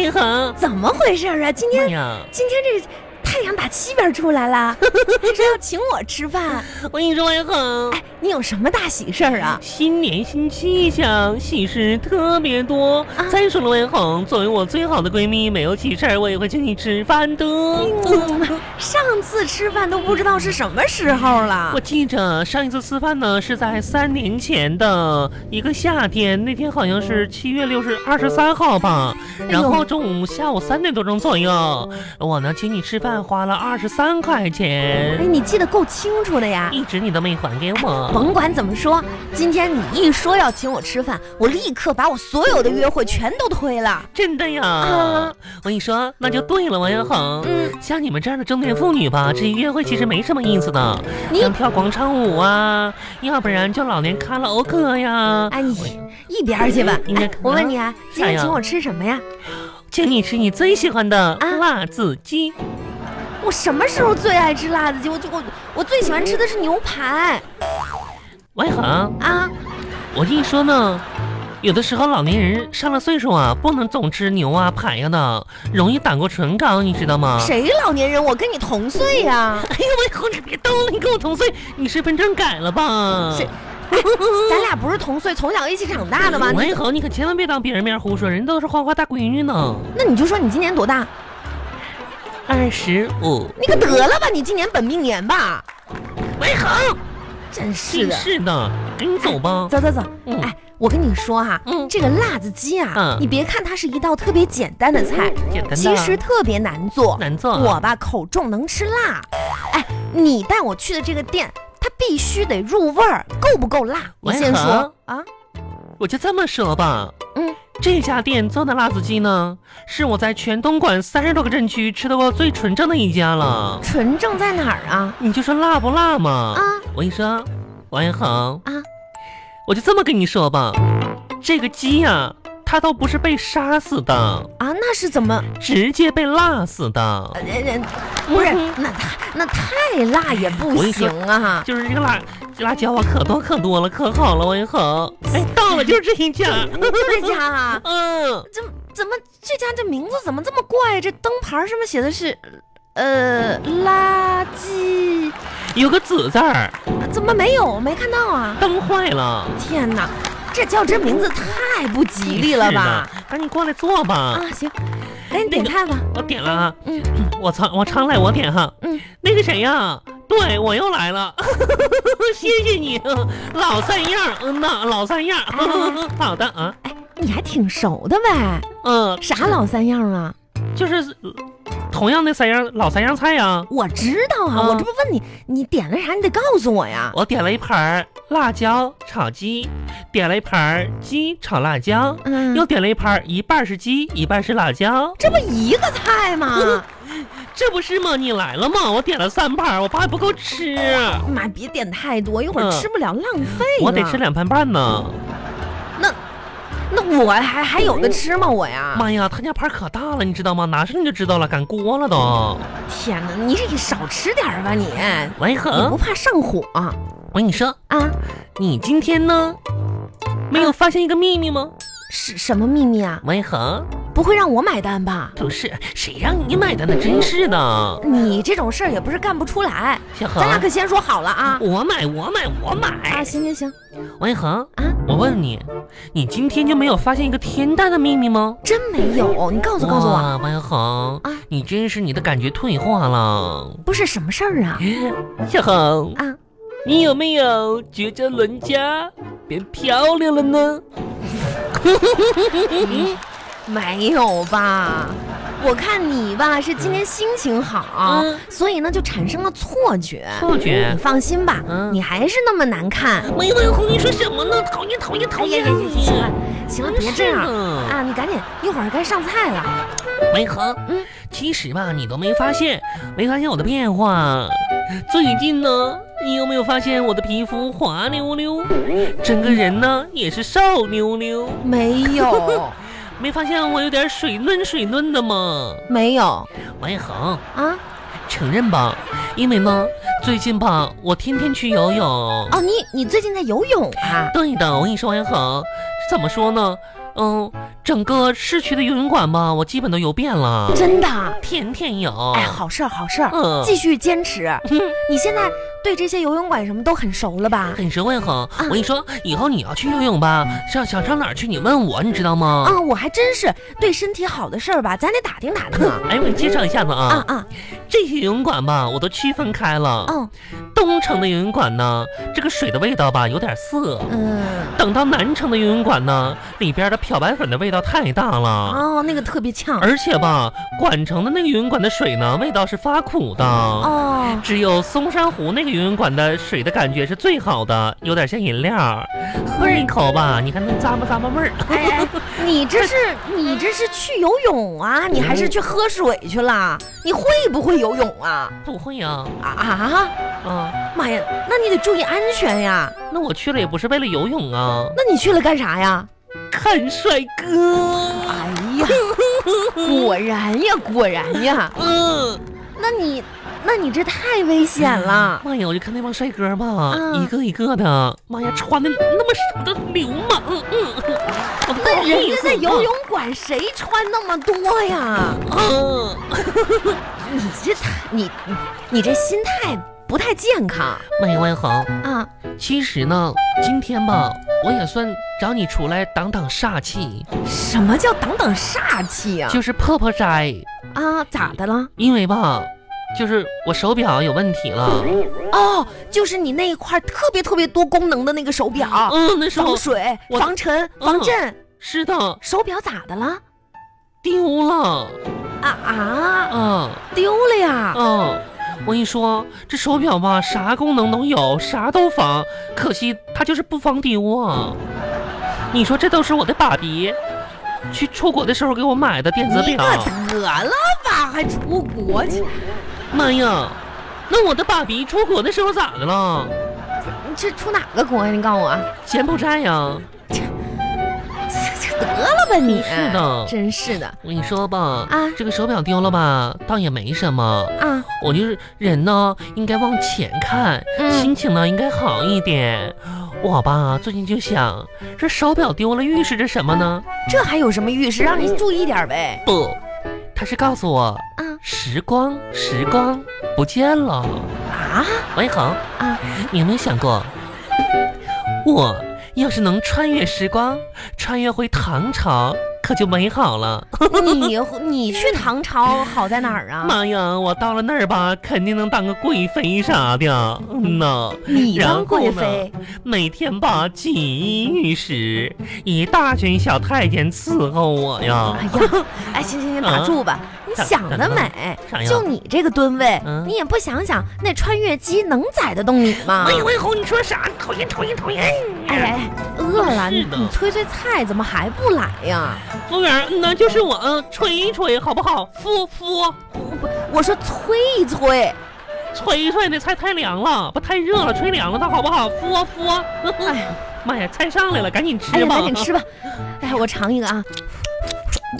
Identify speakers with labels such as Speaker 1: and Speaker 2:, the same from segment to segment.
Speaker 1: 哎
Speaker 2: 疼！
Speaker 1: 怎么回事啊？今
Speaker 2: 哎
Speaker 1: 天
Speaker 2: 呀，
Speaker 1: 今天这太阳打西边出来了，还是要请我吃饭？
Speaker 2: 我跟你说，我疼。
Speaker 1: 哎，你有什么大喜事儿啊？
Speaker 2: 新年新气象，喜事特别多。
Speaker 1: 啊
Speaker 2: 再说了，文红，作为我最好的闺蜜，没有喜事儿我也会请你吃饭的。
Speaker 1: 嗯上次吃饭都不知道是什么时候了
Speaker 2: 我。记着上一次吃饭呢是在三年前的一个夏天，那天好像是
Speaker 1: 嗯
Speaker 2: 七月六日二十三号吧。
Speaker 1: 哎
Speaker 2: 然后中午下午三点多钟左右，我呢请你吃饭花了二十三块
Speaker 1: 哎，
Speaker 2: 钱，
Speaker 1: 你记得够清楚的呀。
Speaker 2: 一直你都没还给我。
Speaker 1: 甭管怎么说，今天你一说要请我吃饭，我立刻把我所有的约会全都推了。
Speaker 2: 真的呀
Speaker 1: 啊，
Speaker 2: 我跟你说，那就对了，王彦恒。
Speaker 1: 嗯，
Speaker 2: 像你们这样的中年妇女吧，这些约会其实没什么意思的，
Speaker 1: 你
Speaker 2: 像跳广场舞啊，要不然就老年卡拉 OK 呀。
Speaker 1: 哎，你一边儿去吧。
Speaker 2: 应该
Speaker 1: 哎，我问你啊，今
Speaker 2: 啥
Speaker 1: 天
Speaker 2: 呀
Speaker 1: 请我吃什么呀？
Speaker 2: 请你吃你最喜欢的
Speaker 1: 啊
Speaker 2: 辣子鸡。
Speaker 1: 我什么时候最爱吃辣子鸡？我就我我最喜欢吃的是牛排
Speaker 2: 王一恒，
Speaker 1: 啊！
Speaker 2: 我跟你说呢，有的时候老年人上了岁数啊，不能总吃牛啊、排呀、的，容易胆固醇高，你知道吗？
Speaker 1: 谁老年人？我跟你同岁呀、
Speaker 2: 哎呀，王一恒，你别逗了，你跟我同岁，你身份证改了吧？
Speaker 1: 谁
Speaker 2: 嗯
Speaker 1: 咱俩不是同岁，从小一起长大的吗？
Speaker 2: 王一恒，你可千万别当别人面胡说，人都是花花大闺女呢。
Speaker 1: 那你就说你今年多大？
Speaker 2: 二十五，
Speaker 1: 你可得了吧，你今年本命年吧？
Speaker 2: 王一恒，
Speaker 1: 真是
Speaker 2: 真
Speaker 1: 的，
Speaker 2: 是的，赶紧走吧。
Speaker 1: 走走走。
Speaker 2: 嗯
Speaker 1: 哎，我跟你说哈、
Speaker 2: 嗯
Speaker 1: 这个辣子鸡啊，
Speaker 2: 嗯
Speaker 1: 你别看它是一道特别简单的菜，
Speaker 2: 简单的
Speaker 1: 其
Speaker 2: 啊
Speaker 1: 实特别难做。
Speaker 2: 难做啊，
Speaker 1: 我吧口重能吃辣，哎，你带我去的这个店，它必须得入味儿，够不够辣？你
Speaker 2: 喂
Speaker 1: 先说
Speaker 2: 好
Speaker 1: 啊，
Speaker 2: 我就这么说吧，
Speaker 1: 嗯，
Speaker 2: 这家店做的辣子鸡呢，是我在全东莞三十多个镇区吃到过最纯正的一家了。
Speaker 1: 纯正在哪儿啊？
Speaker 2: 你就说辣不辣嘛？
Speaker 1: 啊，
Speaker 2: 我跟你说，王一恒
Speaker 1: 啊，
Speaker 2: 我就这么跟你说吧，这个鸡呀、它都不是被杀死的，
Speaker 1: 啊，那是怎么？
Speaker 2: 直接被辣死的。
Speaker 1: 呃呃不是，
Speaker 2: 嗯
Speaker 1: 那太那太辣也不
Speaker 2: 我跟你说
Speaker 1: 行啊！
Speaker 2: 就是这个辣这辣椒啊，可多可多了，可好了，王一恒。哎，到了就是这一家，，
Speaker 1: 这家啊
Speaker 2: 嗯，
Speaker 1: 怎么怎么这家这名字怎么这么怪？这灯牌上面写的是，呃，垃圾，
Speaker 2: 有个子字儿，
Speaker 1: 怎么没有？没看到啊！
Speaker 2: 灯坏了。
Speaker 1: 天哪，这叫这名字太不吉利了吧？
Speaker 2: 是的？赶紧过来坐吧。
Speaker 1: 啊，行，赶紧点菜吧。
Speaker 2: 我点了啊，
Speaker 1: 嗯
Speaker 2: 我常我常来，我点哈。
Speaker 1: 嗯，
Speaker 2: 那个谁呀、对我又来了， 谢谢你，老三样，嗯呐，老三样，
Speaker 1: 嗯
Speaker 2: 好的啊，
Speaker 1: 你还挺熟的呗？
Speaker 2: 嗯，
Speaker 1: 啥老三样啊？
Speaker 2: 就是同样的三样老三样菜呀、
Speaker 1: 我知道啊，
Speaker 2: 嗯
Speaker 1: 我这不问你，你点了啥？你得告诉我呀。
Speaker 2: 我点了一盘儿辣椒炒鸡，点了一盘儿鸡炒辣椒，
Speaker 1: 嗯，
Speaker 2: 又点了一盘儿一半儿是鸡，一半儿是辣椒，
Speaker 1: 这不一个菜 吗？哎
Speaker 2: 这不是吗？你来了吗？我点了三盘儿，我怕不够吃。
Speaker 1: 哎妈，别点太多，一会儿
Speaker 2: 嗯
Speaker 1: 吃不了，浪费了。
Speaker 2: 我得吃。两盘半呢。
Speaker 1: 那我还还有的吃吗？我呀，
Speaker 2: 妈呀，他家盘可大了，你知道吗？拿上你就知道了，赶锅了都。
Speaker 1: 天哪，你这少吃点儿吧你，你
Speaker 2: 王一
Speaker 1: 不
Speaker 2: 恒，
Speaker 1: 怕上火啊？
Speaker 2: 我跟你说，你今天呢，没有发现一个秘密吗？
Speaker 1: 是什么秘密啊？
Speaker 2: 王一恒，
Speaker 1: 不会让我买单吧？
Speaker 2: 不是，谁让你买的呢？真是的，
Speaker 1: 你这种事儿也不是干不出来，
Speaker 2: 小恒
Speaker 1: 咱，俩可先说好了啊！
Speaker 2: 我买，我买，我
Speaker 1: 啊，
Speaker 2: 买。
Speaker 1: 行行行，
Speaker 2: 王一恒，
Speaker 1: 啊，
Speaker 2: 我问你，你今天就没有发现一个天大的秘密吗？
Speaker 1: 真没有，你告诉告诉我，
Speaker 2: 哇，王一恒，你真是你的感觉退化 了。
Speaker 1: 不是什么事儿啊？
Speaker 2: 小恒，
Speaker 1: 啊，
Speaker 2: 你有没有觉着人家 变漂亮了呢？
Speaker 1: 没有吧？我看你吧是今天心情好，
Speaker 2: 嗯
Speaker 1: 所以呢就产生了错觉。
Speaker 2: 错觉
Speaker 1: 你。放心吧，
Speaker 2: 嗯
Speaker 1: 你还是那么难看。哎
Speaker 2: 没文红，你说什么呢？哎讨厌，讨厌，讨厌！
Speaker 1: 行了，行了，别这样
Speaker 2: 啊！
Speaker 1: 啊！你赶紧，一会儿该上菜了。
Speaker 2: 文恒，
Speaker 1: 嗯
Speaker 2: 其实吧，你都没发现，没发现我的变化。最近呢，你有没有发现我的皮肤滑溜溜，整个人呢也是瘦溜溜？
Speaker 1: 没 有，
Speaker 2: 没发现我有点水嫩水嫩的吗？
Speaker 1: 没有
Speaker 2: 文恒，
Speaker 1: 啊！
Speaker 2: 承认吧，因为呢，最近吧，我天天去游泳。
Speaker 1: 哦，你你最近在游泳啊？
Speaker 2: 对的，我跟你说，王小恒，怎么说呢？嗯，整个市区的游泳馆吧，我基本都游遍了，
Speaker 1: 真的啊，
Speaker 2: 天天有。
Speaker 1: 哎，好事儿，好事儿，
Speaker 2: 嗯
Speaker 1: 继续坚 持。
Speaker 2: 哼
Speaker 1: 你现在对这些游泳馆什么都很熟了吧？
Speaker 2: 很实惠哈。
Speaker 1: 嗯
Speaker 2: 我跟你说，以后你要去游泳吧，上想上哪儿去，你问我，你知道吗？
Speaker 1: 啊，我还真是对身体好的事儿吧，咱得打听打听啊。
Speaker 2: 哎，我给你介绍一下子
Speaker 1: 啊
Speaker 2: 啊，
Speaker 1: 啊，
Speaker 2: 这些游泳馆吧，我都区分开了。
Speaker 1: 嗯
Speaker 2: 东城的游泳馆呢，这个水的味道吧有点涩；
Speaker 1: 嗯，
Speaker 2: 等到南城的游泳馆呢，里边的漂白粉的味道太大了。
Speaker 1: 哦，那个特别呛。
Speaker 2: 而且吧，管城的那个游泳馆的水呢，味道是发苦 的。
Speaker 1: 哦，
Speaker 2: 只有松山湖那个游泳馆的水的感觉是最好的，有点像饮料儿，喝一口吧，你看能咂吧咂吧味儿。
Speaker 1: 哎，哎你这是你这是去游泳啊？你还是去喝水去了？你会不会游泳啊？
Speaker 2: 不会呀、
Speaker 1: 啊啊！
Speaker 2: 啊，
Speaker 1: 妈呀，那你得注意安全呀。
Speaker 2: 那我去了也不是为了游泳啊，
Speaker 1: 那你去了干啥呀？
Speaker 2: 看帅 哥。
Speaker 1: 哎 呀，果然呀，果然呀。
Speaker 2: 嗯，
Speaker 1: 那你，那你这太危险了。
Speaker 2: 妈呀！我就看那帮帅哥吧，
Speaker 1: 嗯
Speaker 2: 一个一个的，妈呀，穿的那么少的流氓，嗯嗯，我不好
Speaker 1: 那人
Speaker 2: 意
Speaker 1: 家
Speaker 2: 思
Speaker 1: 在游泳馆谁穿那么多呀？
Speaker 2: 啊，
Speaker 1: 你这太你你这心态不太健康
Speaker 2: 妈呀，万恒，
Speaker 1: 啊！
Speaker 2: 其实呢，今天吧，我也算找你出来挡挡煞气，
Speaker 1: 什么叫挡挡煞气呀、
Speaker 2: 就是破破斋，
Speaker 1: 啊，咋的了？
Speaker 2: 因为吧，就是我手表有问题了，
Speaker 1: 哦，就是你那一块特别特别多功能的那个手表，
Speaker 2: 嗯，那时候
Speaker 1: 啊防水、
Speaker 2: 我嗯
Speaker 1: 防尘、防震，
Speaker 2: 是的，
Speaker 1: 手表咋的了？
Speaker 2: 丢了，
Speaker 1: 啊啊，
Speaker 2: 啊。
Speaker 1: 丢了呀！
Speaker 2: 嗯，我跟你说，这手表吧，啥功能都有，啥都防，可惜它就是不防丢啊。你说这都是我的爸比，去出国的时候给我买的电子
Speaker 1: 你
Speaker 2: 表。
Speaker 1: 可得了吧，还出国去？
Speaker 2: 妈呀，那我的爸比出国的时候咋的了？
Speaker 1: 你这出哪个国呀？你告诉我，啊
Speaker 2: 柬埔寨呀、
Speaker 1: 这这得了吧你！
Speaker 2: 是的
Speaker 1: 真是的
Speaker 2: 我跟你说吧，
Speaker 1: 啊
Speaker 2: 这个手表丢了吧，倒也没什么。
Speaker 1: 啊！
Speaker 2: 我就是人呢，应该往前看，
Speaker 1: 嗯
Speaker 2: 心情呢应该好一点。我吧，最近就想，这手表丢了预示着什么呢？
Speaker 1: 这还有什么预示？让你注意点呗。
Speaker 2: 不，他是告诉我，
Speaker 1: 啊
Speaker 2: 时光，时光不见了。
Speaker 1: 啊！
Speaker 2: 王一恒，
Speaker 1: 啊，
Speaker 2: 你有没有想过，我要是能穿越时光，穿越回唐朝，可就美好了。
Speaker 1: 你你去唐朝好在哪儿 啊？
Speaker 2: 妈呀，我到了那儿吧，肯定能当个贵妃啥的。嗯呐，
Speaker 1: 你当贵妃
Speaker 2: 然后呢，每天吧锦衣玉食，一大群小太监伺候我呀。
Speaker 1: 哎呀，哎，行
Speaker 2: 嗯
Speaker 1: 行行，打住吧！你
Speaker 2: 咋
Speaker 1: 想
Speaker 2: 咋
Speaker 1: 得
Speaker 2: 了
Speaker 1: 美
Speaker 2: 啥，呀
Speaker 1: 就你这个吨位，
Speaker 2: 嗯
Speaker 1: 你也不想想那穿越机能载得动你吗
Speaker 2: 哎？呦喂，红，你说啥？讨厌，讨厌，讨厌！
Speaker 1: 哎呀，饿了，你
Speaker 2: 是的
Speaker 1: 你催催菜，怎么还不来呀？
Speaker 2: 服务员，嗯那就是我，嗯，吹一吹好不好？敷敷，
Speaker 1: 我说催一催，
Speaker 2: 吹一吹，那菜太凉了，不太热了，吹凉了它好不好？敷敷。
Speaker 1: 哎呀，
Speaker 2: 妈呀，菜上来了，赶紧
Speaker 1: 哎
Speaker 2: 吃
Speaker 1: 呀，
Speaker 2: 吧。
Speaker 1: 赶紧吃吧！哎，我尝一个啊，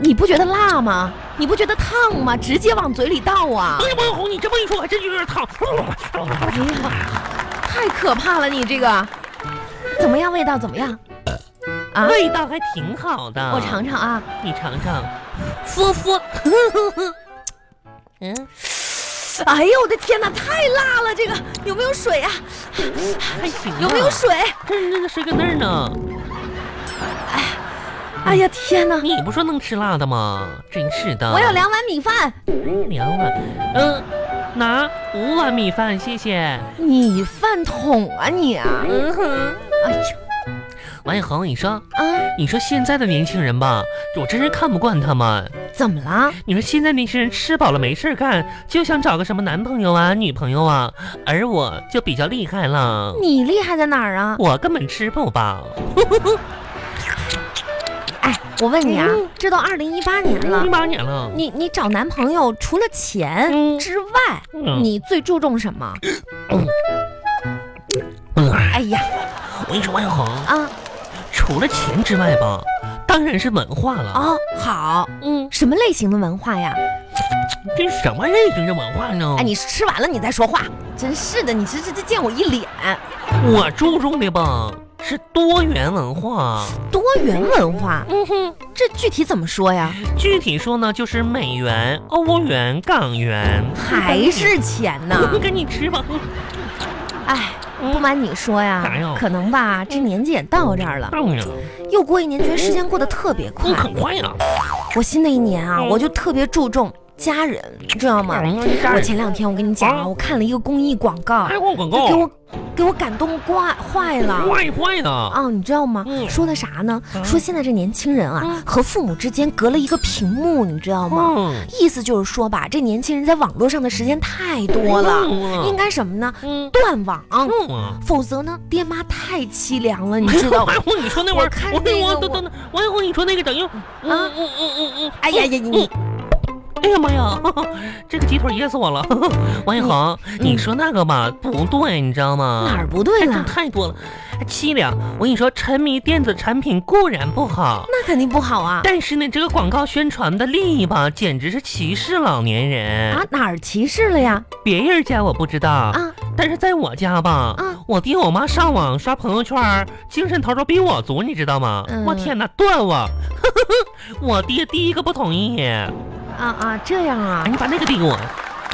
Speaker 1: 你不觉得辣吗？你不觉得烫吗？直接往嘴里倒啊！
Speaker 2: 哎呀，王红，你这么一说，我还真有点烫。
Speaker 1: 哎呀妈，太可怕了，你这个怎么样？味道怎么样？啊，
Speaker 2: 味道还挺好的，
Speaker 1: 我尝尝啊，
Speaker 2: 你尝尝。
Speaker 1: 啮啮。
Speaker 2: 嗯，
Speaker 1: 哎呦我的天哪，太辣了！这个有没有水啊？
Speaker 2: 还行、啊。
Speaker 1: 有没有？水？
Speaker 2: 这这个水搁那儿呢。
Speaker 1: 哎呀天哪！
Speaker 2: 你不说能吃辣的吗？真是的。
Speaker 1: 我有两碗米饭，
Speaker 2: 两碗。嗯，拿五碗米饭，谢谢。
Speaker 1: 米饭桶啊你啊！
Speaker 2: 嗯哼。
Speaker 1: 哎呀
Speaker 2: 王一恒，你说，
Speaker 1: 啊，
Speaker 2: 你说现在的年轻人吧，我真是看不惯他们。
Speaker 1: 怎么了？
Speaker 2: 你说现在年轻人吃饱了没事儿干，就想找个什么男朋友啊、女朋友啊，而我就比较厉害了，
Speaker 1: 你厉害在哪儿啊？
Speaker 2: 我根本吃不饱。
Speaker 1: 哎，我问你啊
Speaker 2: 嗯，
Speaker 1: 这都二零一八年了
Speaker 2: 一，八年了，
Speaker 1: 你你找男朋友除了钱
Speaker 2: 嗯
Speaker 1: 之外，
Speaker 2: 嗯
Speaker 1: 你最注重什么？哎呀
Speaker 2: 我跟你说，王小红，
Speaker 1: 啊
Speaker 2: 除了钱之外吧，当然是文化了。
Speaker 1: 哦好，
Speaker 2: 嗯，
Speaker 1: 什么类型的文化呀？
Speaker 2: 这什么类型的文化呢？
Speaker 1: 哎，你吃完了你再说话，真是的，你这这这见我一脸。
Speaker 2: 我注重的吧，是多元文化。
Speaker 1: 多元文化，
Speaker 2: 嗯哼，
Speaker 1: 这具体怎么说呀？
Speaker 2: 具体说呢，就是美元、欧元、港元，
Speaker 1: 还是钱呐？
Speaker 2: 给你吃吧。
Speaker 1: 哎，不瞒你说呀
Speaker 2: 咋样，
Speaker 1: 可能吧，这年纪也到这儿了，
Speaker 2: 嗯呀，
Speaker 1: 又过一年，觉得时间过得特别快
Speaker 2: 嗯，。很快呀。
Speaker 1: 我新的一年啊，
Speaker 2: 嗯
Speaker 1: 我就特别注重家人，你知道吗？我前两天我跟你讲啊，
Speaker 2: 啊
Speaker 1: 我看了一个公益广告
Speaker 2: 还，有哎广
Speaker 1: 就给
Speaker 2: 告，
Speaker 1: 我给我感动挂坏了。
Speaker 2: 坏坏的。
Speaker 1: 啊，你知道吗？
Speaker 2: 嗯
Speaker 1: 说的啥呢？
Speaker 2: 啊
Speaker 1: 说现在这年轻人啊，
Speaker 2: 嗯
Speaker 1: 和父母之间隔了一个屏幕，你知道吗？
Speaker 2: 嗯，
Speaker 1: 意思就是说吧，这年轻人在网络上的时间太多了，应
Speaker 2: 嗯
Speaker 1: 该什么呢？
Speaker 2: 嗯
Speaker 1: 断网，
Speaker 2: 嗯。
Speaker 1: 否则呢，爹妈太凄凉了，你知 道吗
Speaker 2: 哎？呦，你说那玩意
Speaker 1: 我看
Speaker 2: 儿，我对
Speaker 1: 那
Speaker 2: 我
Speaker 1: 个
Speaker 2: 等
Speaker 1: 我
Speaker 2: 等等，王小红，你说那个等一会儿，嗯
Speaker 1: 啊
Speaker 2: 嗯嗯嗯嗯，
Speaker 1: 哎呀呀，你你
Speaker 2: 哎呀妈呀， 这个鸡腿噎死我了！ 王一恒，你说那个吧不对，你知道吗？
Speaker 1: 嗯哪儿不对
Speaker 2: 这
Speaker 1: 了？
Speaker 2: 太多了，哎凄凉。我跟你说，沉迷电子产品固然不好，
Speaker 1: 那肯定不好啊！
Speaker 2: 但是呢，这个广告宣传的利益吧，简直是歧视老年人。
Speaker 1: 啊，哪儿歧视了呀？
Speaker 2: 别人家我不知道，
Speaker 1: 啊，
Speaker 2: 但是在我家吧，
Speaker 1: 啊
Speaker 2: 我爹我妈上网刷朋友圈儿，精神头儿都比我足，你知道吗？
Speaker 1: 嗯
Speaker 2: 我 天哪，断网！我爹第一个不同意，哎，
Speaker 1: 啊啊，这样啊，
Speaker 2: 你把那个递给我。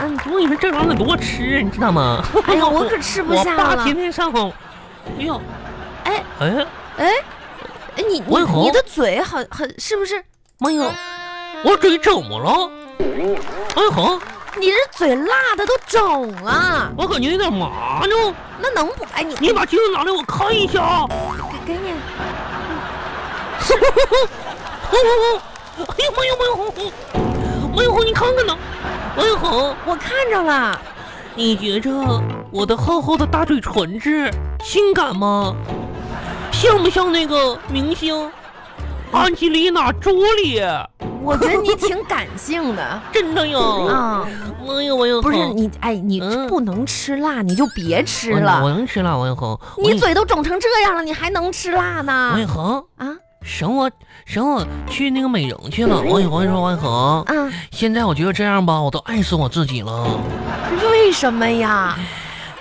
Speaker 1: 嗯，
Speaker 2: 我跟你说，这玩意儿得多吃，你知道吗？
Speaker 1: 哎呀，我可吃不
Speaker 2: 哎 我
Speaker 1: 下
Speaker 2: 爸
Speaker 1: 了。
Speaker 2: 天天上网，哎呦，
Speaker 1: 哎
Speaker 2: 哎，
Speaker 1: 哎你
Speaker 2: 我也
Speaker 1: 你
Speaker 2: 红
Speaker 1: 你的嘴好好是不是？
Speaker 2: 妈呀，我嘴怎么了？哎恒，
Speaker 1: 你这嘴辣的都肿了，
Speaker 2: 我感觉有点麻呢，
Speaker 1: 那能不？哎，你
Speaker 2: 你把镜子拿来我看一下。
Speaker 1: 给给你。
Speaker 2: 哎呦，哎呦妈呀，王小红，王小红，你看看呢，王小红，
Speaker 1: 我看着了，
Speaker 2: 你觉着我的厚厚的大嘴唇子性感吗？像不像那个明星安吉丽娜·朱莉？
Speaker 1: 我觉得你挺感性的
Speaker 2: 真的呀！
Speaker 1: 啊。
Speaker 2: 妈呀，王小红，
Speaker 1: 不是你，哎，你
Speaker 2: 嗯
Speaker 1: 不能吃辣，你就别吃
Speaker 2: 我能我
Speaker 1: 了。
Speaker 2: 能吃辣，王小红，我
Speaker 1: 你嘴都肿成这样了，你还能吃辣
Speaker 2: 王
Speaker 1: 呢
Speaker 2: 小？红。
Speaker 1: 啊
Speaker 2: 省我省我去那个美容去了。王一恒，你说王一恒，
Speaker 1: 啊！
Speaker 2: 现在我觉得这样吧，我都爱死我自己了。
Speaker 1: 为什么呀？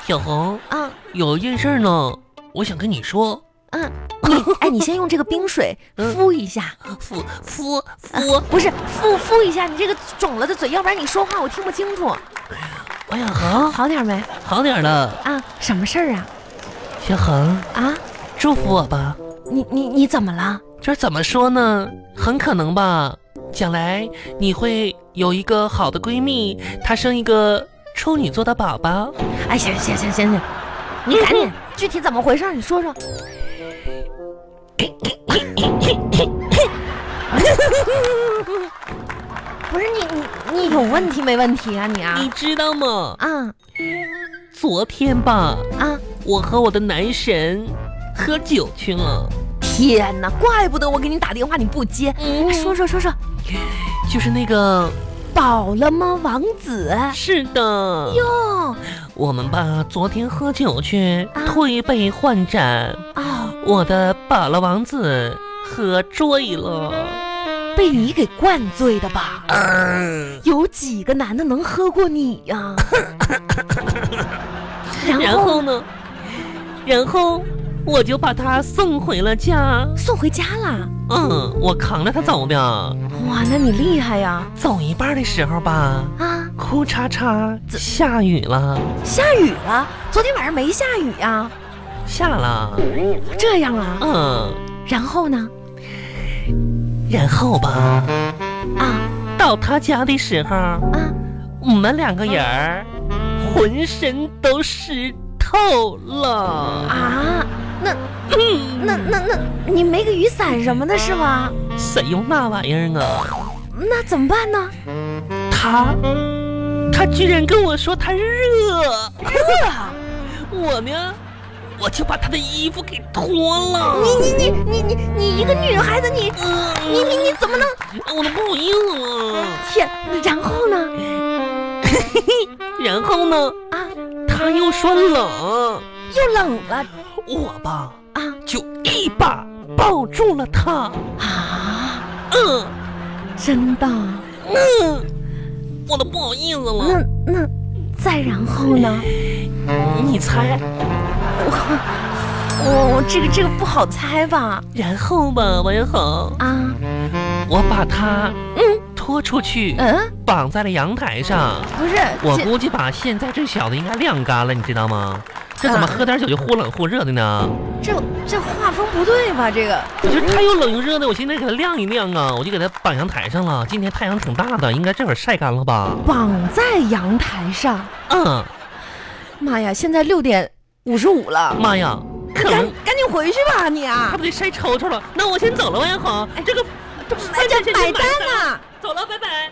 Speaker 2: 小恒，
Speaker 1: 啊
Speaker 2: 有一件事呢，我想跟你说，
Speaker 1: 嗯， 你哎，你先用这个冰水
Speaker 2: 嗯
Speaker 1: 敷一下，
Speaker 2: 敷敷
Speaker 1: 我
Speaker 2: 敷，
Speaker 1: 不是敷敷一下你这个肿了的嘴，要不然你说话我听不清
Speaker 2: 啊
Speaker 1: 楚。
Speaker 2: 王小哎恒
Speaker 1: 好点没？
Speaker 2: 好点了。
Speaker 1: 啊，什么事儿啊？
Speaker 2: 小恒，
Speaker 1: 啊，
Speaker 2: 祝福我吧。
Speaker 1: 你你你怎么了？
Speaker 2: 就是怎么说呢，很可能吧，将来你会有一个好的闺蜜，她生一个处女座的宝宝。
Speaker 1: 哎，行行行行行，你赶
Speaker 2: 嗯
Speaker 1: 紧具体怎么回事儿？你说 说。不是你你你有问题没问题啊你啊
Speaker 2: 你知道吗？
Speaker 1: 啊
Speaker 2: 昨天吧，
Speaker 1: 啊！
Speaker 2: 我和我的男神喝酒去了。
Speaker 1: 天哪，怪不得我给你打电话你不接。哎
Speaker 2: 嗯
Speaker 1: 说说说说，
Speaker 2: 就是那个，
Speaker 1: 饱了吗，王子？
Speaker 2: 是的，
Speaker 1: 哟
Speaker 2: 我们吧昨天喝酒去，
Speaker 1: 啊
Speaker 2: 推杯换盏，
Speaker 1: 哦，
Speaker 2: 我的宝了王子喝醉了。
Speaker 1: 被你给灌醉的吧？
Speaker 2: 嗯，
Speaker 1: 有几个男的能喝过你呀、
Speaker 2: 然后呢？然后我就把他送回了家。
Speaker 1: 送回家啦。
Speaker 2: 嗯，我扛着他走的，
Speaker 1: 哇，那你厉害呀！
Speaker 2: 走一半的时候吧，
Speaker 1: 啊，
Speaker 2: 哭嚓嚓下雨了，
Speaker 1: 下雨了，昨天晚上没下雨呀、
Speaker 2: 下了。
Speaker 1: 这样啊？
Speaker 2: 嗯，
Speaker 1: 然后呢？
Speaker 2: 然后吧。
Speaker 1: 啊
Speaker 2: 到他家的时候，
Speaker 1: 啊，
Speaker 2: 我们两个人儿浑身都湿透了。
Speaker 1: 啊，那
Speaker 2: 嗯，
Speaker 1: 那那那，你没个雨伞什么的是吗？
Speaker 2: 谁用那玩意儿啊？
Speaker 1: 那怎么办呢？
Speaker 2: 他，他居然跟我说他热，
Speaker 1: 热啊！
Speaker 2: 我呢，我就把他的衣服给脱了。
Speaker 1: 你你你你你你一个女孩子，你你
Speaker 2: 嗯，
Speaker 1: 你你怎么能？
Speaker 2: 我都不好意思了。
Speaker 1: 天，然后呢？
Speaker 2: 然后呢，
Speaker 1: 啊，
Speaker 2: 他又说冷，
Speaker 1: 又冷了
Speaker 2: 我吧
Speaker 1: 啊
Speaker 2: 就一把抱住了他。
Speaker 1: 啊！
Speaker 2: 嗯。
Speaker 1: 真的？
Speaker 2: 嗯，我都不好意思
Speaker 1: 那
Speaker 2: 了。
Speaker 1: 那再然后呢？
Speaker 2: 你猜？
Speaker 1: 我、哦、这个这个不好猜吧？
Speaker 2: 然后吧，文恒，
Speaker 1: 啊，
Speaker 2: 我把他
Speaker 1: 嗯
Speaker 2: 拖出去，
Speaker 1: 嗯，
Speaker 2: 绑在了阳台上。
Speaker 1: 不是，
Speaker 2: 我
Speaker 1: 这
Speaker 2: 估计把现在这小子应该晾干了，你知道吗？这怎么
Speaker 1: 啊
Speaker 2: 喝点酒就忽冷忽热的呢？
Speaker 1: 这这画风不对吧？这个
Speaker 2: 我觉得他又冷又热的，我现在给他晾一晾啊，我就给他绑阳台上了。今天太阳挺大的，应该这会儿晒干了吧？
Speaker 1: 绑在阳台上，
Speaker 2: 嗯，
Speaker 1: 妈呀，现在六点五十五了，
Speaker 2: 妈呀，嗯可
Speaker 1: 赶
Speaker 2: 能
Speaker 1: 赶紧回去吧你
Speaker 2: 他
Speaker 1: 啊！
Speaker 2: 不得晒抽抽了？那我先走了，王彦恒，这个这不是
Speaker 1: 哎，这
Speaker 2: 先
Speaker 1: 买
Speaker 2: 先
Speaker 1: 单呐、
Speaker 2: 走了，拜拜。